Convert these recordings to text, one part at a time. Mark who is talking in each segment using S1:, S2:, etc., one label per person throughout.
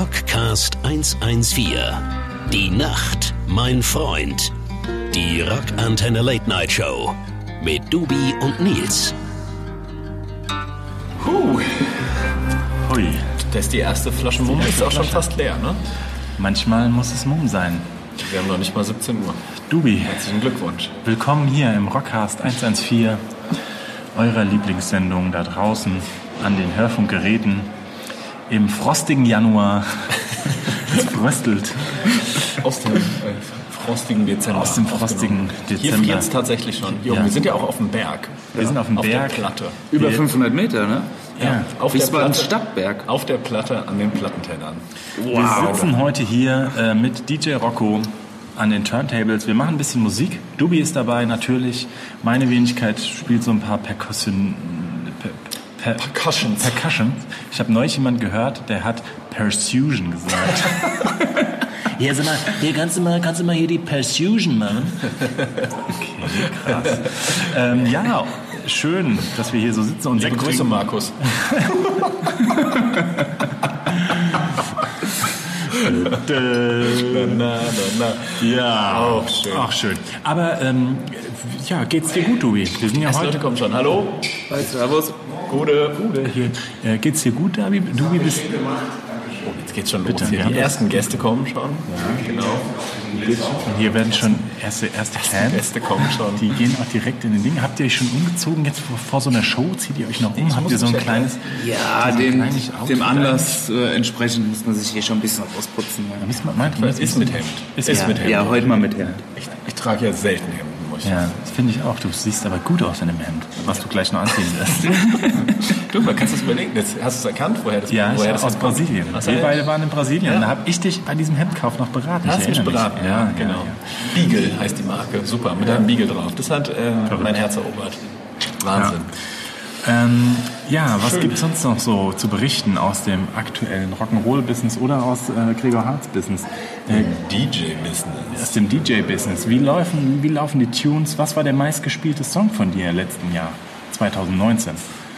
S1: Podcast 114. Die Nacht, mein Freund. Die Rock Antenne Late Night Show mit Dubi und Nils.
S2: Puh. Hui.
S3: Das ist die erste Flasche Mumm, ist auch schon fast leer, ne?
S2: Manchmal muss es Mumm sein.
S3: Wir haben noch nicht mal 17 Uhr.
S2: Dubi,
S3: Herzlichen Glückwunsch.
S2: willkommen hier im Rockcast 114, eurer Lieblingssendung da draußen an den Hörfunkgeräten im frostigen Januar. Es fröstelt
S3: Aus dem äh, frostigen Dezember.
S2: aus dem frostigen
S3: Hier
S2: Dezember.
S3: friert es tatsächlich schon. Jo,
S2: Ja.
S3: Wir sind ja auch auf dem Berg.
S2: Wir sind auf dem
S3: auf
S2: Berg.
S3: der Platte.
S4: Über 500 Meter, ne?
S2: Ja.
S3: Auf der
S4: Wiesbaden
S3: Platte.
S4: Stadtberg.
S3: Auf der Platte an den Plattentellern.
S2: Wir sitzen heute hier äh, mit DJ Rocco an den Turntables. Wir machen ein bisschen Musik. Dubi ist dabei, natürlich. Meine Wenigkeit spielt so ein paar Percussion. Per, per,
S3: Percussions.
S2: Percussion. Ich habe neulich jemand gehört, der hat Persuasion gesagt.
S5: Hier, sag mal, hier kannst du mal, kannst du mal hier die Persuasion machen.
S2: ähm, ja, schön, dass wir hier so sitzen und
S3: Liebe
S2: Sekt
S3: Grüße,
S2: trinken.
S3: Markus. na, na, na.
S2: Ja,
S3: Auch schön.
S2: Auch schön. Aber ähm, ja, geht's dir gut, Dubi? Wir sind ja
S3: Die Leute
S2: heute.
S3: kommen schon. Hallo?
S4: Hi, Servus.
S3: Gute. Gute.
S2: Hier, äh, geht's dir gut, Dubi? Dubi bist
S3: Jetzt geht's schon
S2: Bitte,
S3: los. Hier.
S2: wir haben
S3: Die
S2: das-
S3: ersten Gäste kommen schon. Genau.
S2: Hier werden schon erste, erste Fans.
S3: Gäste kommen schon.
S2: Die gehen auch direkt in den Ding. Habt ihr euch schon umgezogen jetzt vor, vor so einer Show? Zieht ihr euch noch um? Habt ihr so ein
S3: mich ja
S2: kleines...
S4: Ja,
S2: so ein
S4: dem,
S2: kleines Outfit
S4: dem
S2: an?
S4: Anlass äh, entsprechend muss man sich hier schon ein bisschen ausputzen. Ja,
S2: Müssen wir- meint ihr,
S3: Ist mit Hemd. Ist
S4: ja,
S3: mit Hemd.
S4: ja heute mal mit her.
S3: Ich, ich trage ja selten Hemden, muss ich
S2: Ja, das finde ich auch. Du siehst aber gut aus in dem Hemd, was du gleich noch anziehen wirst.
S3: Du, man kannst es überlegen. Jetzt hast du es erkannt, woher das
S2: Ja, ich
S3: woher
S2: war
S3: das
S2: aus
S3: kommt?
S2: Brasilien.
S3: Ach so,
S2: Wir
S3: ja.
S2: beide waren in Brasilien.
S3: Ja.
S2: Da habe ich dich bei diesem Hemdkauf noch beraten.
S3: Hast
S2: Ich
S3: mich
S2: erinnere
S3: beraten,
S2: Ja,
S3: ja,
S2: ja,
S3: genau.
S2: ja.
S3: Beagle heißt die Marke, super, mit einem Beagle drauf. Das hat äh, mein Herz erobert. Wahnsinn.
S2: Ähm, ja, was
S3: Schön.
S2: gibt es sonst noch so zu berichten aus dem aktuellen Rock'n'Roll-Business oder aus äh, Gregor Hartz-Business? Äh,
S3: DJ-Business.
S2: aus dem DJ-Business. Wie laufen, wie laufen die Tunes? Was war der meistgespielte Song von dir letzten Jahr, 2019?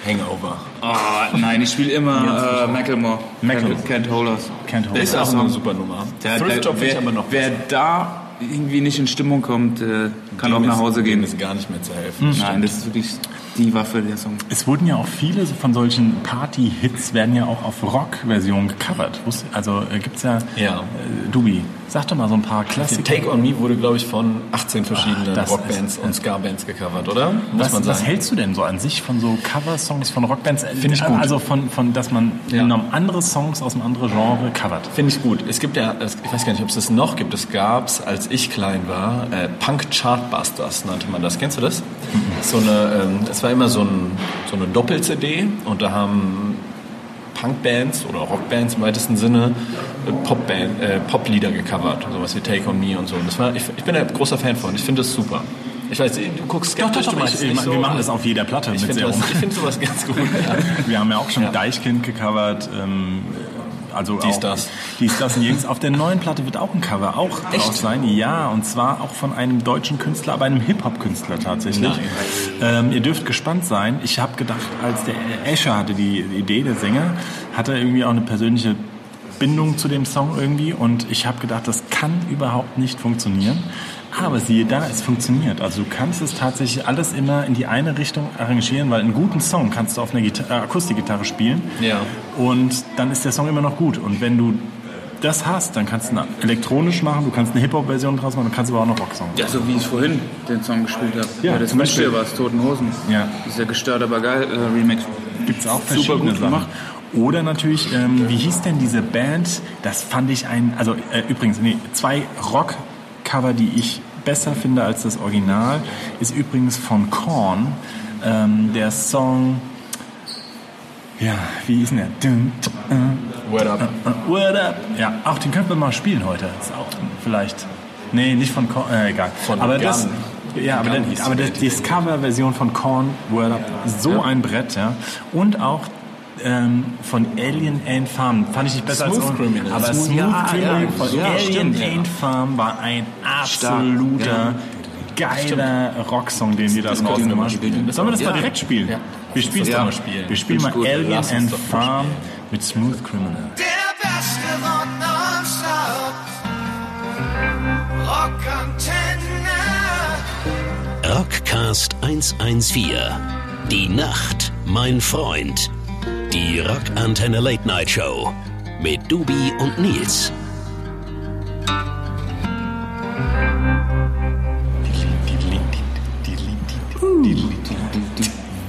S3: Hangover.
S4: Oh, nein, ich spiele immer äh, Macklemore.
S2: Macklemore.
S4: Can't, can't hold us.
S2: Can't Hold Us.
S4: Der ist
S3: Ist auch
S4: auch
S3: so eine
S4: noch,
S3: super Nummer.
S4: also- der,
S3: Thrift
S4: der,
S3: Job will ich
S4: wer,
S3: aber noch.
S4: wer da irgendwie nicht in Stimmung kommt, äh, kann auch
S3: Dem
S4: nach
S3: ist-
S4: Hause
S3: dem
S4: gehen.
S3: ist gar nicht mehr zu helfen.
S2: Hm.
S4: Nein, das ist wirklich die Waffe der Song.
S2: Es wurden ja auch viele so von solchen Party-Hits werden ja auch auf Rock-Versionen gecovert. Wusst- Also äh, gibt's ja,
S3: Ja.
S2: Äh, Dubi, sag doch mal so ein paar
S3: Die
S2: Klassiker.
S3: Take On Me wurde, glaube ich, von 18 verschiedenen
S2: das
S3: Rockbands
S2: ist-
S3: und Ska-Bands gecovert, oder? Muss
S2: Was,
S3: man
S2: was
S3: sagen.
S2: hältst du denn so an sich von so Cover-Songs von Rockbands?
S3: Find ich gut.
S2: Also von, von dass man
S3: Ja.
S2: genommen andere Songs aus einem anderen Genre covert.
S3: Finde ich gut. Es gibt ja, es- ich weiß gar nicht, ob es das noch gibt. Es gab es, als ich klein war, äh, Punk Chartbusters nannte man das. Kennst du das?
S2: Mhm.
S3: So eine, ähm, es war immer so, ein, so eine Doppel-CD und da haben Punkbands oder Rockbands im weitesten Sinne äh, Popband, äh, Poplieder gecovert. Sowas wie Take On Me und so. Und das war, ich, ich bin ein großer Fan von. Ich finde das super. Ich weiß, du guckst skeptisch, du meinst es
S2: ich,
S3: nicht so.
S2: wir machen das auf jeder Platte
S3: Ich
S2: mit
S3: finde
S2: Serum.
S3: das- ich finde sowas ganz gut. Ja.
S2: Wir haben ja auch schon Deichkind gecovert. Ähm, also
S3: Dies,
S2: auch,
S3: das.
S2: Dies, das und jenes. Auf der neuen Platte wird auch ein Cover auch draus sein. Ja, und zwar auch von einem deutschen Künstler, aber einem Hip-Hop-Künstler tatsächlich. Ähm, ihr dürft gespannt sein. Ich habe gedacht, als der Escher hatte die Idee, der Sänger, hatte er irgendwie auch eine persönliche Bindung zu dem Song irgendwie. Und ich habe gedacht, das kann überhaupt nicht funktionieren. Aber siehe da, es funktioniert. Also du kannst es tatsächlich alles immer in die eine Richtung arrangieren, weil einen guten Song kannst du auf einer Gita äh, Akustikgitarre spielen.
S3: Ja.
S2: Und dann ist der Song immer noch gut. Und wenn du das hast, dann kannst du ihn elektronisch machen, du kannst eine Hip-Hop-Version draus machen, du kannst aber auch noch Rocksong.
S4: Ja, so wie ich vorhin den Song gespielt habe.
S2: Ja,
S4: das
S2: zum
S4: Beispiel
S2: Beispiel.
S4: war es Toten Hosen.
S2: Ja.
S4: Dieser gestört, aber geil äh, Remix.
S2: Gibt es auch
S4: Super
S2: verschiedene
S4: gut
S2: Sachen.
S4: gemacht.
S2: Oder natürlich, ähm, wie hieß denn diese Band? Das fand ich ein, also äh, übrigens, nee, zwei Rock-Cover, die ich besser finde als das Original, ist übrigens von Korn, ähm, der Song, ja, wie hieß denn der? Dun, dun,
S3: Word up.
S2: äh, What up? Ja, auch den könnten wir mal spielen heute. Ist auch vielleicht. Nee, nicht von Korn, äh, egal.
S3: Von
S2: aber
S3: Gun.
S2: das, ja, aber,
S3: Gun
S2: der,
S3: hieß
S2: aber
S3: die
S2: das,
S3: Band.
S2: die Cover-Version von Korn, Word Up, so ein Brett, ja. Und auch ähm, von Alien Ant Farm fand ich nicht besser
S3: Smooth
S2: als
S3: Criminal.
S2: aber
S3: Smooth-
S2: Smooth
S4: ja,
S2: Criminal
S4: ja,
S2: von
S4: ja,
S2: Alien
S4: stimmt, ja.
S2: Ant Farm war ein absoluter geiler Rocksong, den wir da
S4: das könnte
S2: draußen gemacht
S4: ich nochmal spielen.
S2: haben. Sollen wir das
S4: Ja.
S2: mal direkt spielen?
S3: Ja.
S2: Wir spielen es
S3: Lass uns
S2: doch
S3: mal
S2: mal
S3: spielen.
S2: Wir spielen mal
S4: Gut,
S2: Alien
S3: lass uns
S2: Ant
S3: doch mal
S2: Farm mit Smooth Criminal.
S6: Der Beste von allen. Rock Antenne.
S1: Rockcast 114. Die Nacht, mein Freund. Die Rock Antenne Late Night Show mit Dubi und Nils.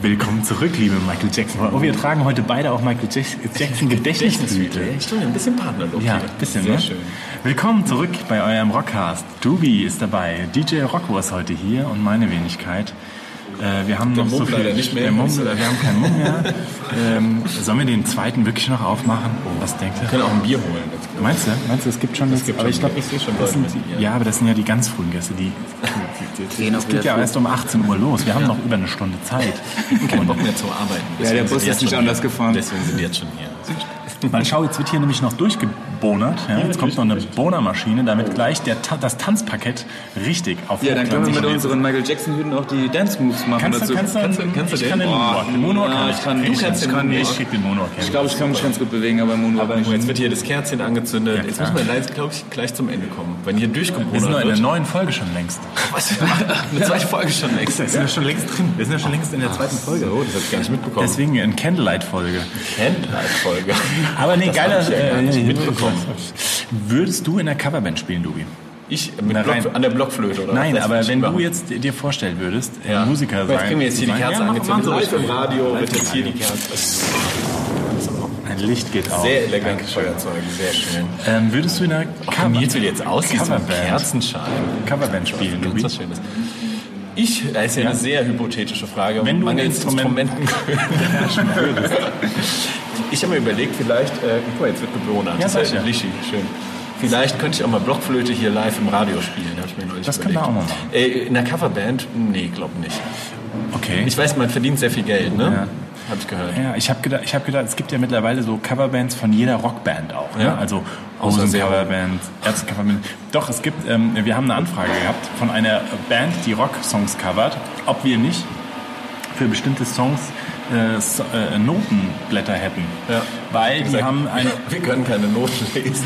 S2: Willkommen zurück, liebe Michael Jackson. Oh, wir tragen heute beide auch Michael Jack- Jackson Gedächtnisgüte.
S3: Stimmt, ein bisschen Partnerlook.
S2: Ja,
S3: hier.
S2: ein bisschen,
S3: Sehr
S2: ne?
S3: schön.
S2: Willkommen zurück bei eurem Rockcast. Dubi ist dabei, DJ Rocko ist heute hier und meine Wenigkeit. Äh, wir haben
S3: Der
S2: noch so
S3: Mumm
S2: viel.
S3: leider nicht mehr.
S2: Der Mumm, wir haben keinen Mumm mehr. ähm, sollen wir den zweiten wirklich noch aufmachen? Oh, Was denkt
S3: Wir
S2: ihr?
S3: können auch ein Bier holen.
S2: Meinst du? Meinst du, es gibt schon das?
S3: gibt
S2: aber
S3: schon-
S2: ich glaube,
S3: ich sehe schon
S2: das
S3: Leute
S2: sind
S3: mit
S2: die,
S3: dir.
S2: Ja, aber das sind ja die ganz frühen Gäste, die.
S4: Gehen auch
S2: Es geht
S4: wieder
S2: ja
S4: früh.
S2: erst um 18 Uhr los. Wir haben noch über eine Stunde Zeit.
S3: Kein Bock mehr zum Arbeiten.
S4: der
S3: Deswegen sind
S4: Bus
S3: die
S4: ist
S3: jetzt
S4: nicht
S3: schon
S4: anders
S3: hier.
S4: gefahren.
S3: Deswegen sind die jetzt schon hier.
S2: Weil schau, jetzt wird hier nämlich noch durchgebonert. Ja? Jetzt kommt noch eine Bonermaschine, damit gleich der, Ta- das Tanzparkett richtig auf
S4: Ja, dann können wir
S2: Hochglanz
S4: mit
S2: steht.
S4: unseren Michael Jackson Hüten auch die Dance Moves machen
S2: Kannst
S4: dazu.
S2: du, kannst du,
S3: Kannst du- kannst du
S2: ich
S3: den? Oh,
S2: kann den Moonwalk. Den Moonwalk kann
S4: Ah,
S2: ich.
S4: ich kann- du
S2: ich
S4: kannst den
S2: kann-
S4: Moonwalk.
S2: Ich krieg den Moonwalk. hin.
S4: ich glaube, ich kann mich ganz gut bewegen, aber Moonwalk
S3: Aber
S4: nicht.
S3: jetzt wird hier das Kerzchen angezündet.
S2: Ja,
S3: jetzt
S2: klar.
S3: müssen wir gleich, glaub ich, gleich zum Ende kommen. Wenn hier
S2: wir sind
S3: durchgebrochen
S2: nur in der
S3: wird.
S2: neuen Folge schon längst.
S3: Was? Eine zweite Folge schon extra.
S2: Wir sind ja schon längst drin. Wir sind ja schon längst in der zweiten Folge.
S3: Oh, das hab ich gar nicht mitbekommen.
S2: Deswegen eine Candlelight-Folge.
S3: Candlelight-Folge.
S2: Aber nee,
S3: Das
S2: geiler.
S3: hab ich ja gar nicht
S2: äh,
S3: mitbekommen.
S2: Würdest du in der Coverband spielen, Dubi?
S3: Ich mit
S2: Na, rein.
S3: Block, an der Blockflöte, oder?
S2: Nein,
S3: was? Das
S2: aber
S3: würd ich
S2: wenn du
S3: machen.
S2: jetzt dir vorstellen würdest, äh,
S3: Ja.
S2: Musiker sein.
S3: Jetzt kriegen wir jetzt hier die
S2: sein- Ja,
S3: Kerze
S2: mach-
S3: angezündet.
S2: mach
S3: Live
S2: so.
S3: im Radio
S2: Live
S3: wird
S2: im
S3: jetzt hier die Kerze.
S2: Ein Licht geht auf.
S3: Sehr elegante Feuerzeuge, sehr schön.
S2: Ähm, würdest du in einer Cover-
S3: Nils will jetzt aus diesem
S2: Coverband,
S3: Kerzenschein.
S2: Coverband spielen,
S3: Ganz
S2: Dubi?
S3: was Schönes. Ich, das ist ja, eine sehr hypothetische Frage.
S2: Wenn du ein
S3: mangels
S2: Instrument-
S3: Instrumenten würdest. Ich habe mir überlegt, vielleicht, äh, guck mal, jetzt wird gebonert.
S2: Ja,
S3: das ist ja
S2: sicher.
S3: Lischi, schön. Vielleicht könnte ich auch mal Blockflöte hier live im Radio spielen, habe ich mir neulich
S2: Das können
S3: überlegt.
S2: wir auch mal machen.
S3: Äh, in der Coverband? Nee, glaub nicht.
S2: Okay.
S3: Ich weiß, man verdient sehr viel Geld, ne?
S2: Ja.
S3: Habe ich gehört.
S2: ja, ich habe gedacht, ich hab gedacht, es gibt ja mittlerweile so Coverbands von jeder Rockband auch. Ne?
S3: Ja.
S2: Also
S3: Außer Serum.
S2: Hosen-Coverband, Ärzte-Coverband. Doch, es gibt, ähm, wir haben eine Anfrage gehabt von einer Band, die Rock-Songs covert, ob wir nicht für bestimmte Songs äh, so, äh, Notenblätter hätten.
S3: Ja.
S2: Weil die
S3: Sag-
S2: haben eine
S3: wir können keine Noten lesen,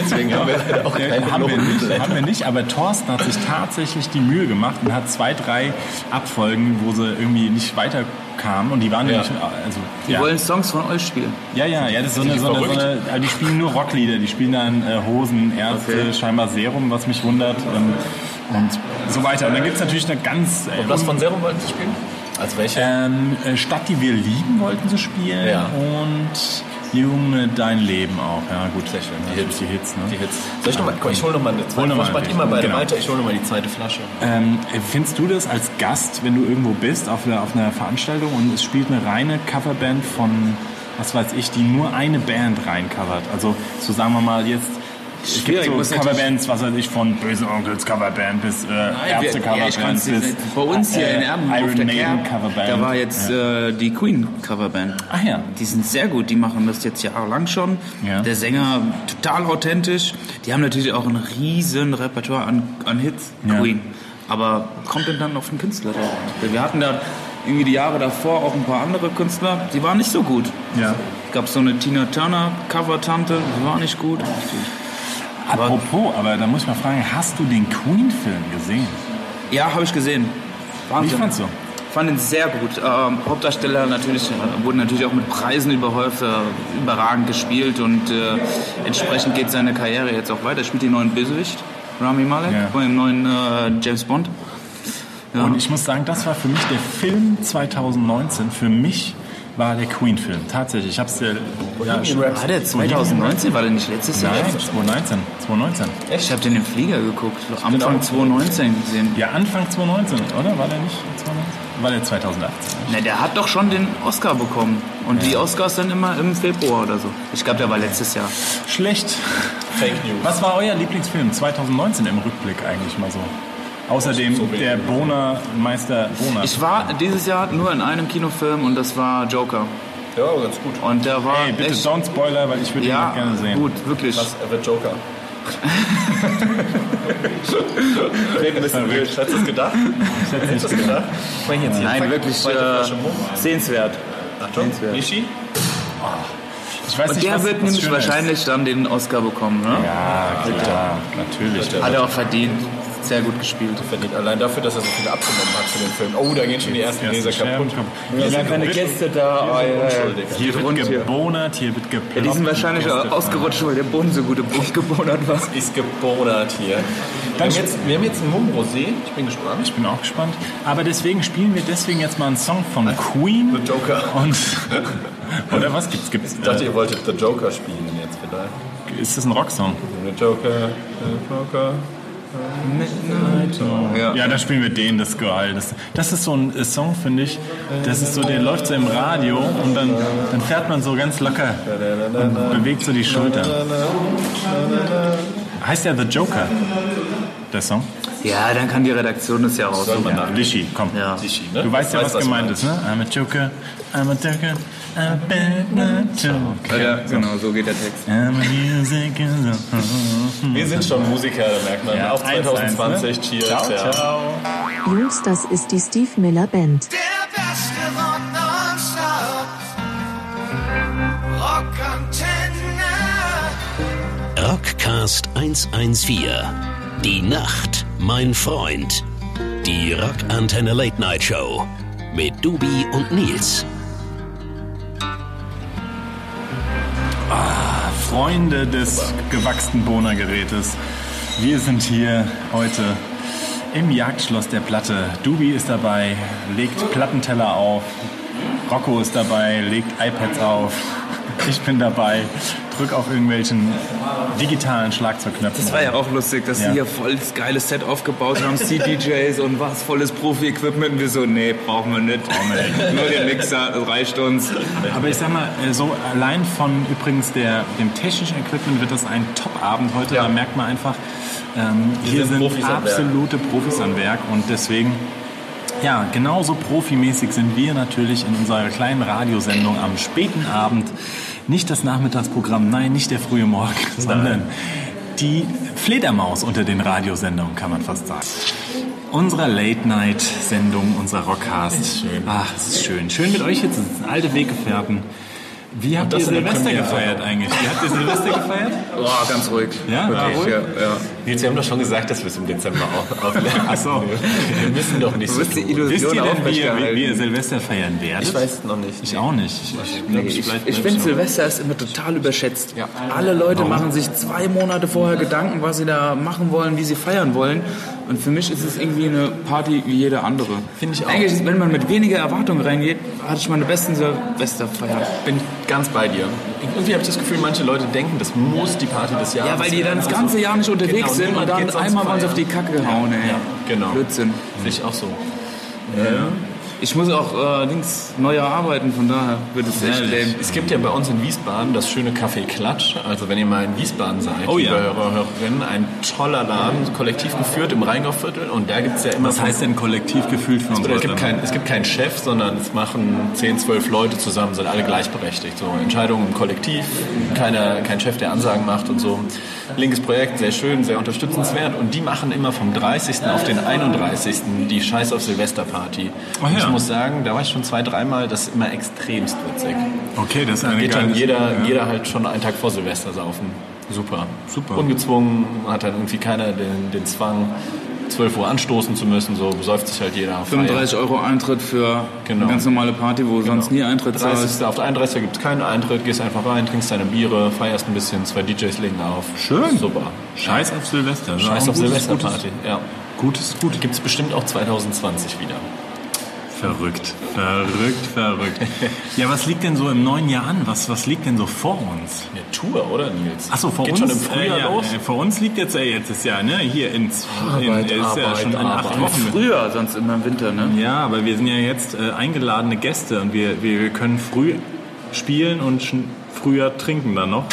S3: deswegen haben wir leider auch
S2: Ja,
S3: keine
S2: haben, wir nicht,
S3: Noten.
S2: haben wir nicht, aber Thorsten hat sich tatsächlich die Mühe gemacht und hat zwei, drei Abfolgen, wo sie irgendwie nicht weiterkamen und die waren
S3: Ja.
S2: nämlich, also,
S4: Die
S2: ja.
S4: wollen Songs von euch spielen.
S2: ja, ja, ja, das ist so eine, so eine, so eine also die spielen nur Rocklieder, die spielen dann äh, Hosen, Ärzte,
S4: Okay.
S2: scheinbar Serum, was mich wundert ähm, und so weiter. Und dann gibt es natürlich eine ganz, äh,
S3: Und was von Serum wollten Sie spielen? Als welche?
S2: ähm, äh, Stadt, die wir lieben, wollten sie spielen
S3: Ja.
S2: und Junge, dein Leben auch, ja gut. Sehr schön. Die Hits, die Hits, ne?
S3: Die Hits. Soll ich nochmal? Ich hole nochmal eine
S2: Hol
S3: zweite
S2: noch mal
S3: Flasche. Macht
S2: eine.
S3: immer beide
S2: Genau.
S3: weiter. Ich hole nochmal die zweite Flasche.
S2: Ähm, findest du das als Gast, wenn du irgendwo bist, auf einer, auf einer Veranstaltung und es spielt eine reine Coverband von, was weiß ich, die nur eine Band reincovert? Also, so sagen wir mal jetzt. Es gibt
S4: Schwierig,
S2: so
S4: muss natürlich-
S2: Coverbands, was weiß ich, von Böse Onkels Coverband bis äh, Ärzte
S4: wir- ja, ich
S2: Coverband
S4: kann's jetzt
S2: bis
S4: nicht. bei uns hier
S2: äh,
S4: in Erben auf
S2: Iron
S4: der
S2: Maiden
S4: Kerb,
S2: Coverband.
S4: da war jetzt äh, die Queen Coverband.
S2: Ach ja.
S4: Die sind sehr gut, die machen das jetzt jahrelang schon.
S2: Ja.
S4: Der Sänger total authentisch. Die haben natürlich auch ein riesen Repertoire an, an Hits,
S2: Ja.
S4: Queen. Aber kommt denn dann auf den Künstler drauf? an? Wir hatten da irgendwie die Jahre davor auch ein paar andere Künstler, die waren nicht so gut.
S2: Ja.
S4: Gab so eine Tina Turner Cover-Tante, die war nicht gut.
S2: Apropos, aber da muss ich mal fragen, hast du den Queen-Film gesehen?
S4: Ja, habe ich gesehen. Wahnsinn.
S2: Wie fandst du?
S4: Fand ihn sehr gut. Ähm, Hauptdarsteller natürlich äh, wurden natürlich auch mit Preisen überhäuft, äh, überragend gespielt und äh, entsprechend geht seine Karriere jetzt auch weiter. Er Spielt den neuen Bösewicht, Rami Malek,
S2: Ja.
S4: von dem neuen äh, James Bond. Ja.
S2: Und ich muss sagen, das war für mich der Film 2019. Für mich war der Queen-Film. Tatsächlich. Ich hab's dir. Ja, schon-
S4: war der 2019? War der nicht letztes Jahr?
S2: Nein, 2019. 2019.
S4: Ich habe den im Flieger geguckt,
S2: Genau.
S4: Anfang 2019 gesehen.
S2: Ja, Anfang 2019, oder? War der nicht 2019? War der 2018?
S4: Na, der hat doch schon den Oscar bekommen. Und die Oscars sind immer im Februar oder so. Ich glaube, der war letztes Jahr.
S2: Schlecht.
S3: Fake News.
S2: Was war euer Lieblingsfilm 2019 im Rückblick eigentlich mal so? Außerdem der Boner Meister Boner.
S4: Ich war dieses Jahr nur in einem Kinofilm und das war Joker.
S3: Ja, ganz gut.
S4: Und der war
S2: Ey, bitte
S4: echt
S2: don't Spoiler, weil ich würde ihn
S4: Ja,
S2: noch gerne sehen.
S4: gut, wirklich.
S3: Was? Er wird Joker. Reden müssen wir. Hättest du das gedacht? Hättest du das gedacht? Bring jetzt hier.
S4: Nein,
S3: Fuck,
S4: wirklich,
S3: zweite
S4: äh,
S3: Flasche Mumm.
S4: Sehenswert.
S3: Achtung, Nishi.
S2: Ich weiß
S4: Und
S2: nicht,
S4: der
S2: was,
S4: wird
S2: was
S4: nämlich
S2: schöner ist.
S4: wahrscheinlich dann den Oscar bekommen, ne?
S2: Ja, klar, natürlich.
S4: Hat er auch verdient. sehr gut gespielt.
S3: verdient. Allein dafür, dass er so viel abgenommen hat für den Film. Oh, da gehen schon die ersten Leser kaputt.
S2: Hier sind
S4: Meine Gäste da, oh, ja, ja.
S3: Entschuldigung.
S2: Hier wird
S4: Und hier.
S2: gebonert, hier wird geploppt.
S4: Ja, die sind wahrscheinlich ausgerutscht, weil der Boden so gut gebonert war.
S3: Ist gebonert hier. Wir haben, jetzt, wir haben jetzt einen Mumm Rosé. Ich bin gespannt.
S2: Ich bin auch gespannt. Aber deswegen spielen wir deswegen jetzt mal einen Song von Queen.
S3: The Joker.
S2: Und oder was gibt's? gibt's
S3: Ich dachte, ihr wolltet The Joker spielen jetzt vielleicht.
S2: äh, ist das ein Rocksong?
S3: The Joker, The Joker.
S2: Ja. da spielen wir den, das ist geil. Das, das ist so ein äh, Song, finde ich. Das ist so, der läuft so im Radio und dann, dann fährt man so ganz locker und bewegt so die Schulter. Heißt ja The Joker, der Song?
S4: Ja, dann kann die Redaktion das ja raussuchen.
S2: Ja, Lishi, komm.
S4: Ja.
S3: Lishi, ne?
S2: Du weißt ja,
S3: Weißt,
S2: was
S3: was
S2: gemeint
S3: gemeint
S2: ist, ne? I'm a Joker, I'm a Joker, I'm a Joker.
S4: Ja, genau, so geht der Text.
S2: I'm a music is a-
S3: Wir sind schon Musiker, da merkt man.
S2: Ja,
S3: Auch 2020.
S2: 1-1, ne?
S3: Cheers.
S2: Ciao,
S3: ja.
S7: Jungs, das ist die Steve Miller Band.
S6: Der beste Rock nonstop. Rock Antenne.
S1: Rockcast 114. Die Nacht, mein Freund. Die Rock Antenne Late Night Show mit Dubi und Nils.
S2: Freunde des gewachsenen Bohnergerätes. Wir sind hier heute im Jagdschloss der Platte. Dubi ist dabei, legt Plattenteller auf. Rocco ist dabei, legt iPads auf. Ich bin dabei, drück auf irgendwelchen digitalen Schlagzeugknöpfen.
S4: Das war ja auch lustig, dass
S2: Ja.
S4: sie hier voll das geile Set aufgebaut haben, CDJs und was, volles Profi-Equipment. Wir so, nee, brauchen wir nicht. Nur der Mixer, das reicht uns.
S2: Aber ich sag mal, äh, so allein von übrigens der, dem technischen Equipment wird das ein Top-Abend heute. Da merkt man einfach, ähm, hier
S3: sind
S2: sind,
S3: Profis am Werk.
S2: absolute Profis am Werk und deswegen, ja, genauso profimäßig sind wir natürlich in unserer kleinen Radiosendung am späten Abend. Nicht das Nachmittagsprogramm, nein, nicht der frühe Morgen, sondern die Fledermaus unter den Radiosendungen, kann man fast sagen. Unserer Late-Night-Sendung, unser Rockcast. Ach, es ist schön. Schön mit euch hier zu sitzen. Alte Weggefährten. Wie habt ihr
S3: das in der
S2: Silvester
S3: Premiere.
S2: gefeiert eigentlich? Wie habt ihr Silvester gefeiert?
S4: Boah, ganz ruhig.
S2: Ja,
S4: Wirklich,
S2: ja,
S4: ja, ja.
S3: Nils, wir haben doch schon gesagt, dass wir es im Dezember auf, aufladen.
S2: Ach so.
S3: Wir müssen doch nicht
S4: Du
S3: so
S4: bist die
S3: tun.
S2: Wisst
S4: Illusion
S2: ihr denn, wie ihr, wie, wie ihr
S4: aufrechterhalten.
S2: Silvester feiern werdet?
S3: Ich weiß noch nicht.
S2: Ich auch nicht. Ich, ich, glaub,
S4: Ich,
S2: bleib-
S4: ich
S2: bleib
S4: finde,
S2: schon.
S4: Silvester ist immer total überschätzt. Alle Leute machen sich zwei Monate vorher Gedanken, was sie da machen wollen, wie sie feiern wollen. Und für mich ist es irgendwie eine Party wie jede andere.
S3: Finde ich auch.
S4: Eigentlich, ist, wenn man mit weniger Erwartungen reingeht, hatte ich meine besten Silvesterfeier.
S3: bin ganz bei dir. Irgendwie habe ich das Gefühl, manche Leute denken, das muss die Party des Jahres
S4: Ja, weil die dann das
S3: sein.
S4: ganze Jahr nicht unterwegs
S3: Genau,
S4: sind und
S3: niemand
S4: dann
S3: geht sonst
S4: einmal waren sie auf die
S3: feiern.
S4: Kacke gehauen, ey.
S3: Ja, genau.
S4: Blödsinn.
S3: Sehe ich auch so.
S4: Ich muss auch äh, links neue arbeiten, von daher wird es echt lame.
S3: Es gibt ja bei uns in Wiesbaden das schöne Café Klatsch. Also wenn ihr mal in Wiesbaden seid,
S2: Oh ja.
S3: liebe Hörer, Hörerinnen, ein toller Laden, kollektiv geführt im Rheingau-Viertel. Und da gibt es ja immer...
S2: Was heißt denn kollektiv gefühlt für uns?
S3: Oder es gibt, kein, es gibt keinen Chef, sondern es machen 10, 12 Leute zusammen, sind alle gleichberechtigt. So Entscheidungen im Kollektiv, keiner, kein Chef, der Ansagen macht und so. Linkes Projekt, sehr schön, sehr unterstützenswert. Und die machen immer vom 30. auf den 31. die Scheiß auf Silvesterparty.
S2: Ach
S3: Und
S2: ja.
S3: Ich muss sagen, da war ich schon zwei, dreimal, das ist immer extremst witzig.
S2: Okay, das ist eine
S3: Geht dann
S2: geile-
S3: jeder,
S2: ja.
S3: jeder halt schon einen Tag vor Silvester saufen. Super.
S2: Super.
S3: Ungezwungen, hat dann irgendwie keiner den, den Zwang, 12 Uhr anstoßen zu müssen, so besäuft sich halt jeder. frei.
S4: 35 Euro Eintritt für
S3: Genau.
S4: eine ganz normale Party, wo sonst nie Eintritt zahlst.
S3: 30. Auf der 31. gibt es keinen Eintritt, gehst einfach rein, trinkst deine Biere, feierst ein bisschen, zwei DJs legen auf.
S2: Schön.
S3: Super.
S2: Scheiß auf Silvester. Das ist
S3: Scheiß
S2: auch
S3: auf
S2: ein gutes-
S3: Silvesterparty. Ja.
S2: Gutes, gutes,
S3: Gibt es bestimmt auch 2020 wieder.
S2: Verrückt, verrückt, verrückt. Ja, was liegt denn so im neuen Jahr an? Was, was liegt denn so vor uns?
S3: Eine Tour, oder Nils?
S2: Ach so, vor
S3: Geht
S2: uns
S3: schon im Frühjahr
S2: äh, ja,
S3: los?
S2: äh, vor uns liegt jetzt äh, jetzt das Jahr, ne? Hier ins in,
S3: Arbeit,
S2: ist ja
S3: Arbeit,
S2: schon in acht
S3: Arbeit.
S2: Wochen.
S4: Früher, sonst immer im Winter, ne?
S2: Ja, aber wir sind ja jetzt äh, eingeladene Gäste und wir, wir, wir können früh spielen und schon früher trinken dann noch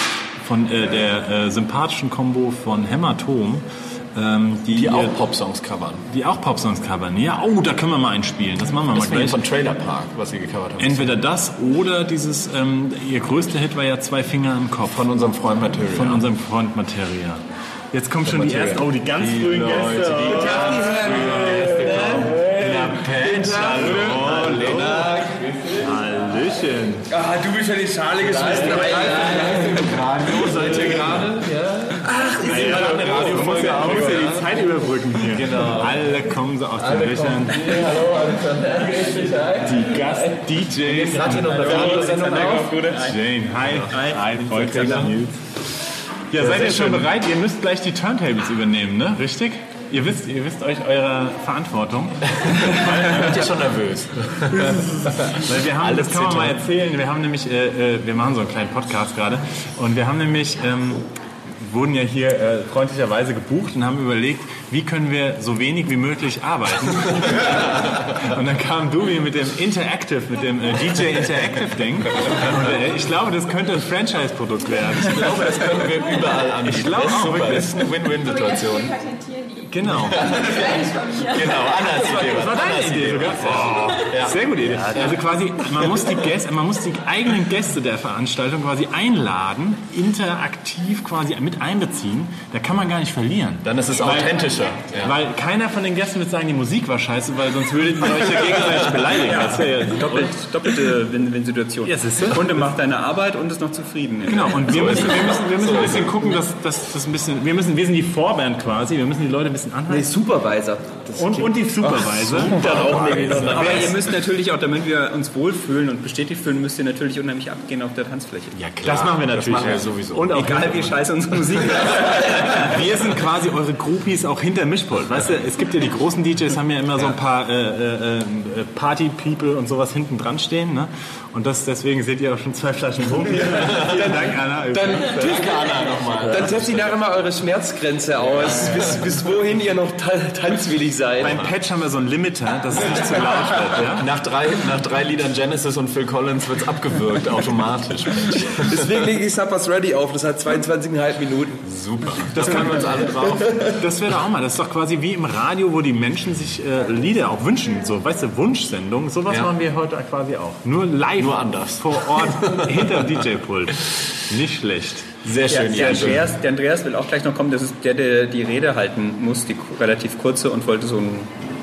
S2: von äh, der äh, sympathischen Combo von Hämatom. Ähm, die,
S3: Die
S2: ihr-
S3: auch Popsongs covern.
S2: die auch Popsongs covern. Ja, oh, da können wir mal einspielen. Das machen wir
S3: Das
S2: mal gleich.
S3: von Trailer Park, was ihr gecovert habt.
S2: Entweder das oder dieses, ähm, ihr größter Hit war ja Zwei Finger im Kopf
S3: von unserem Freund Material.
S2: von unserem Freund Materia. Jetzt kommt schon
S3: Materia.
S2: die ersten, oh, die ganz
S3: Die
S2: frühen
S3: Leute,
S2: Gäste.
S3: die
S2: oh. Hallöchen.
S4: Ah, du bist ja die Schale geschmissen.
S3: Radio seid ihr gerade?
S2: Ja, gerade eine Radiofolge auf.
S3: muss ja
S2: die Zeit überbrücken hier. Genau. Alle kommen so aus den Löchern.
S3: Hallo Alexander.
S2: Die Gast-DJs.
S3: gerade hier noch eine Radiosendung auf.
S2: Jane, hi. Hi, hi. Volker Nils. Ja, seid ihr schon bereit? Ihr müsst gleich die Turntables übernehmen, ne? Richtig? Ihr wisst, ihr wisst euch eure Verantwortung.
S3: Ich bin schon nervös.
S2: Weil wir haben, das kann man mal erzählen. Wir haben nämlich, äh, äh, wir machen so einen kleinen Podcast gerade und wir haben nämlich, ähm, wurden ja hier äh, freundlicherweise gebucht und haben überlegt, wie können wir so wenig wie möglich arbeiten. und dann kam Dubi mit dem Interactive, mit dem äh, DJ Interactive Ding. Und, äh, ich glaube, das könnte ein Franchise-Produkt werden.
S3: Ich glaube, das können wir überall anbieten.
S2: Ich glaube
S3: Das ist
S2: auch,
S3: super.
S2: wirklich.
S3: Das ist eine Win-Win-Situation.
S2: Genau.
S3: Genau, Annas Idee.
S2: Das war deine Idee sogar.
S3: Oh,
S2: Sehr gute Idee. Also quasi, man muss, die Gäste, man muss die eigenen Gäste der Veranstaltung quasi einladen, interaktiv quasi mit einbeziehen. Da kann man gar nicht verlieren.
S3: Dann ist es authentischer. Ja.
S2: Weil keiner von den Gästen wird sagen, die Musik war scheiße, weil sonst würdet ihr euch ja gegenseitig beleidigen. Das wäre ja
S8: Doppelt, doppelte Win- Win-Situation.
S2: Ja, siehste.
S8: Der Kunde macht deine Arbeit und ist noch zufrieden.
S2: Genau, und wir müssen, wir müssen, wir müssen ein bisschen gucken, dass, dass das ein bisschen, wir müssen, wir sind die Vorband quasi, wir müssen die Leute ein bisschen anhalten.
S8: Supervisor.
S2: Und, und die Supervisor.
S8: Aber ihr müsst natürlich auch, damit wir uns wohlfühlen und bestätigt fühlen, müsst ihr natürlich unheimlich abgehen auf der Tanzfläche.
S2: Ja, klar. Das machen wir natürlich.
S3: machen wir sowieso.
S2: Und auch
S8: Egal wie scheiße unsere Musik ist.
S2: Wir sind quasi eure Groupies auch hinter Mischpult. Weißt du, es gibt ja die großen DJs, haben ja immer so ein paar äh, äh, äh, Party-People und sowas hinten dran stehen. Ne? Und das, deswegen seht ihr auch schon zwei Flaschen Rum hier. Vielen Dank, Anna.
S3: Danke, Anna, nochmal.
S9: Dann setzt ihr nachher mal eure Schmerzgrenze aus, bis, bis wohin ihr noch ta tanzwillig seid.
S2: Beim Patch haben wir so einen Limiter, dass es nicht zu laut wird. Ja?
S3: Nach drei, nach drei Liedern Genesis und Phil Collins wird es abgewürgt, automatisch.
S9: Deswegen lege ich Supper's Ready auf, das hat 22,5 Minuten.
S3: Super. Das können wir uns alle drauf.
S2: Das wäre doch auch mal. Das ist doch quasi wie im Radio, wo die Menschen sich äh, Lieder auch wünschen. So, weißt du, Wunschsendung. Sowas
S3: Ja.
S2: machen wir heute quasi auch. Nur live.
S3: Nur anders.
S2: Vor Ort, hinter DJ-Pult. Nicht schlecht.
S3: Sehr schön,
S8: Der
S3: ja.
S8: Andreas, der Andreas will auch gleich noch kommen, das ist der, der die Rede halten muss, die ku- relativ kurze und wollte so ein,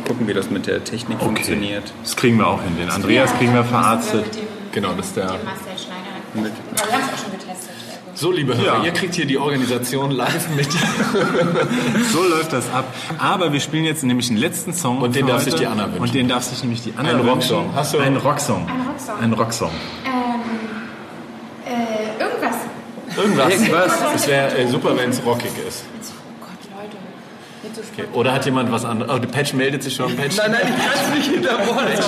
S8: gucken, wie das mit der Technik funktioniert.
S2: Das kriegen wir auch hin. Den Andreas kriegen wir verarztet.
S3: Genau, das ist der.
S10: Mit dem Marcel Schneider. Aber wir haben es auch schon getestet. Also.
S3: So, liebe Hörer,
S2: Ja.
S3: ihr kriegt hier die Organisation live mit.
S2: So läuft das ab. Aber wir spielen jetzt nämlich den letzten Song.
S3: Und den
S2: für
S3: darf
S2: heute.
S3: sich die Anna wünschen.
S2: Und den darf sich nämlich die Anna
S3: Ein
S2: wünschen.
S3: Rocksong. Hast du-
S2: Ein Rocksong.
S10: Ein Rocksong.
S2: Ein Rocksong.
S10: Ähm, äh, irgendwas.
S3: Irgendwas. Irgendwas. Es wäre äh, super, wenn es rockig ist.
S10: Jetzt, oh Gott, Leute. Jetzt so spät.
S3: Oder hat jemand was anderes? Oh, der Patch meldet sich schon. Patch.
S9: Nein, nein, ich kann es nicht hinterbohren. Das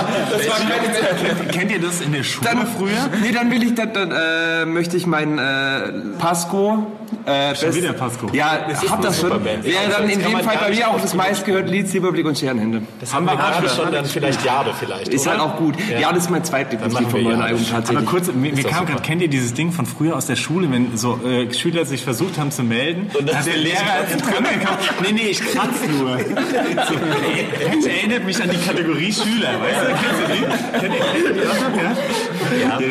S9: war keine
S2: Kennt ihr das in der Schule
S9: Dann
S2: früher?
S9: Nee, dann will ich, dann, dann äh, möchte ich meinen äh, Pasco. Äh, schon
S2: wieder Pasco.
S9: Ja, hab das schon.
S3: Superband.
S9: Wäre dann in dem Fall bei mir auch das meistgehörte Lied Silberblick und Scherenhände.
S3: Das haben wir gerade schon, dann vielleicht Jade vielleicht.
S9: Ist halt auch gut. Ja, das ist mein
S3: machen
S9: Zweitlieblingslied
S3: wir
S9: vom neuen
S3: ja.
S9: Album
S2: Aber
S9: tatsächlich.
S2: kurz, mir, mir
S3: doch
S2: kam
S3: super.
S2: gerade, kennt ihr dieses Ding von früher aus der Schule, wenn so äh, Schüler sich versucht haben zu melden?
S3: Und dann
S2: hat der
S3: ist der
S2: Lehrer
S3: Lehrer
S2: ins Trümmer gekommen. Nee, nee, ich kratze nur. so, das erinnert mich an die Kategorie Schüler, weißt du? Kennst du die? Kennt ihr- kennt ihr die auch? Ja.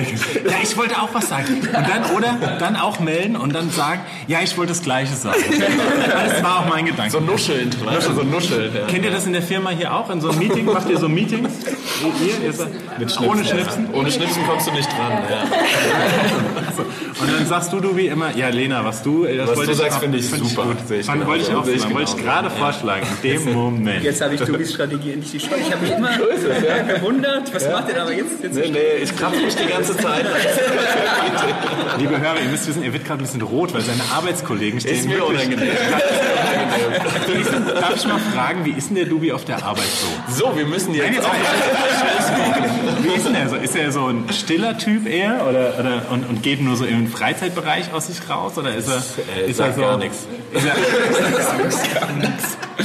S2: ja, ich wollte auch was sagen. Und dann, oder, dann auch melden und dann sagen, ja, ich wollte das Gleiche sagen. Das war auch mein Gedanke.
S3: So nuscheln. Nuscheln, so nuscheln. Ja.
S2: Kennt ihr das in der Firma hier auch? In so einem Meeting? Macht ihr so Meetings? Ihr, ihr seid, ohne Schnipsen?
S3: Ohne Schnipsen kommst du nicht dran. Ja.
S2: Und dann sagst du, du wie immer, ja Lena, was du, das
S3: Was
S2: wollte
S3: du
S2: ich
S3: sagst,
S2: auch-
S3: finde ich
S2: find
S3: super.
S2: gut.
S3: Sehe ich
S2: Fand,
S3: genau
S2: wollte ich
S3: so.
S2: auch
S3: Sehe ich
S2: sagen, wollte ich
S3: genau
S2: gerade
S3: so.
S2: vorschlagen, in dem Moment.
S8: Jetzt habe ich Tobis Strategie endlich die Chance. Ich habe mich immer ja, gewundert, was macht ihr aber jetzt? jetzt
S3: Nee, nee, ich kratze mich die ganze Zeit.
S2: Liebe Hörer, ihr müsst wissen, er wird gerade ein bisschen rot, weil seine Arbeitskollegen stehen.
S3: Ist mir
S2: wirklich-
S3: unangenehm.
S2: Darf ich mal fragen, wie ist denn der Dubi auf der Arbeit so?
S3: So, wir müssen jetzt.
S2: Nein, jetzt
S3: auch-
S2: Wie ist denn er so? Ist er so ein stiller Typ eher oder, oder und, und geht nur so im Freizeitbereich aus sich raus oder ist er,
S3: Äh,
S2: ist
S3: sagt
S2: er so
S3: gar nichts.
S2: Ist er,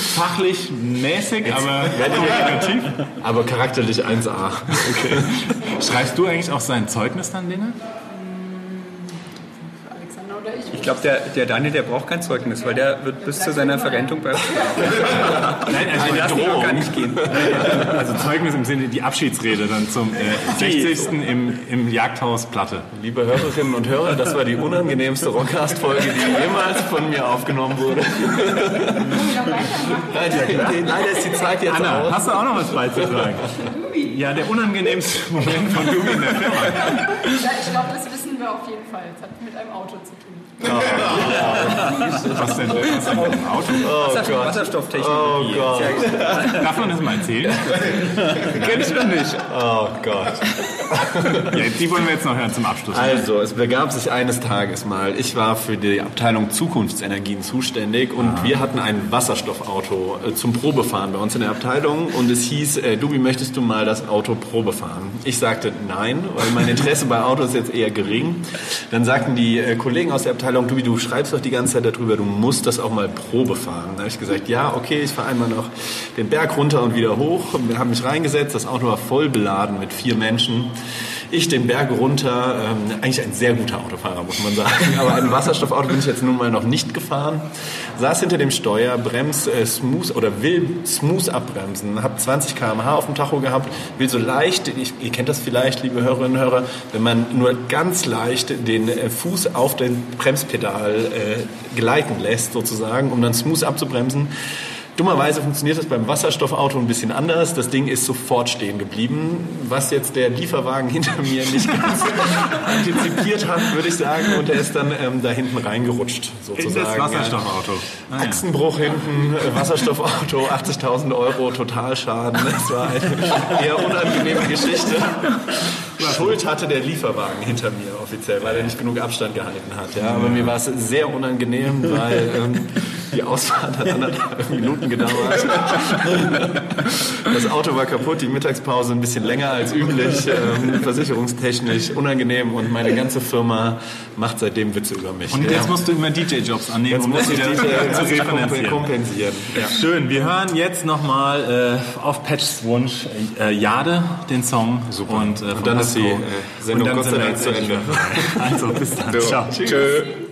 S2: fachlich mäßig, aber kommunikativ?
S3: Aber charakterlich 1A.
S2: Okay. Schreibst du eigentlich auch sein Zeugnis dann, Lena?
S10: Alexander oder ich.
S8: Ich glaube, der, der Daniel, der braucht kein Zeugnis, weil der wird bis zu seiner Verrentung bei uns
S2: Nein, also
S8: lassen ihn auch gar nicht gehen.
S2: Also Zeugnis im Sinne die Abschiedsrede dann zum äh, 60. Im, im Jagdhaus Platte.
S3: Liebe Hörerinnen und Hörer, das war die unangenehmste Rockcast-Folge, die jemals von mir aufgenommen wurde. Leider ist die Zeit jetzt
S2: Anna,
S3: aus.
S2: hast du auch noch was beizutragen? Ja, der unangenehmste Moment von Dubi in der Firma.
S10: Ich glaube, das wissen wir Thema auf jeden Fall. Es hat mit einem Auto zu tun.
S2: Was denn? Was denn mit dem Auto?
S8: Wasserstoff, Wasserstofftechnologie. Sehr gut.
S2: Darf man das mal erzählen?
S9: Kenn ich noch nicht.
S3: Oh Gott.
S2: Ja, die wollen wir jetzt noch hören zum Abschluss.
S3: Also, es begab sich eines Tages mal. Ich war für die Abteilung Zukunftsenergien zuständig und wir hatten ein Wasserstoffauto äh, zum Probefahren bei uns in der Abteilung und es hieß, äh, Dubi, möchtest du mal das Auto probefahren? Ich sagte nein, weil mein Interesse bei Autos jetzt eher gering. Dann sagten die äh, Kollegen aus der Abteilung, Dubi, du schreibst doch die ganze Zeit darüber, du musst das auch mal probefahren. Da habe ich gesagt, ja, okay, ich fahre einmal noch den Berg runter und wieder hoch, habe mich reingesetzt, das Auto war voll beladen mit vier Menschen. Ich den Berg runter, ähm, eigentlich ein sehr guter Autofahrer, muss man sagen. Aber ein Wasserstoffauto bin ich jetzt nun mal noch nicht gefahren. Saß hinter dem Steuer, bremst äh, smooth oder will smooth abbremsen. Hab 20 km/h auf dem Tacho gehabt, will so leicht, ich, ihr kennt das vielleicht, liebe Hörerinnen und Hörer, wenn man nur ganz leicht den äh, Fuß auf den Bremspedal äh, gleiten lässt, sozusagen, um dann smooth abzubremsen. Dummerweise funktioniert das beim Wasserstoffauto ein bisschen anders. Das Ding ist sofort stehen geblieben. Was jetzt der Lieferwagen hinter mir nicht ganz antizipiert hat, würde ich sagen. Und er ist dann ähm, da hinten reingerutscht,
S2: In
S3: sozusagen.
S2: das Wasserstoffauto.
S3: Ja. Achsenbruch hinten, äh, Wasserstoffauto, 80.000 Euro, Totalschaden. Das war eine eher unangenehme Geschichte. Schuld hatte der Lieferwagen hinter mir offiziell, weil er nicht genug Abstand gehalten hat. Ja, aber mir war es sehr unangenehm, weil ähm, die Ausfahrt hat anderthalb Minuten gedauert. Das Auto war kaputt, die Mittagspause ein bisschen länger als üblich, ähm, versicherungstechnisch unangenehm und meine ganze Firma macht seitdem Witze über mich.
S2: Und
S3: ja.
S2: jetzt musst du immer DJ-Jobs annehmen, um
S3: Jetzt muss ich die
S2: wieder
S3: äh,
S2: zu
S3: kompen-
S2: refinanzieren.
S3: kompensieren. Ja.
S2: Schön, wir hören jetzt nochmal äh, auf Patchs Wunsch äh, Jade, den Song. Super. Und, äh, von
S3: dann ist die,
S2: Pasco.
S3: äh, Sendung
S2: Und dann
S3: Gott sei
S2: sind wir
S3: Dank
S2: jetzt
S3: zu
S2: endlich
S3: Ende.
S2: fertig. Also bis dann. Ciao.
S3: Tschö.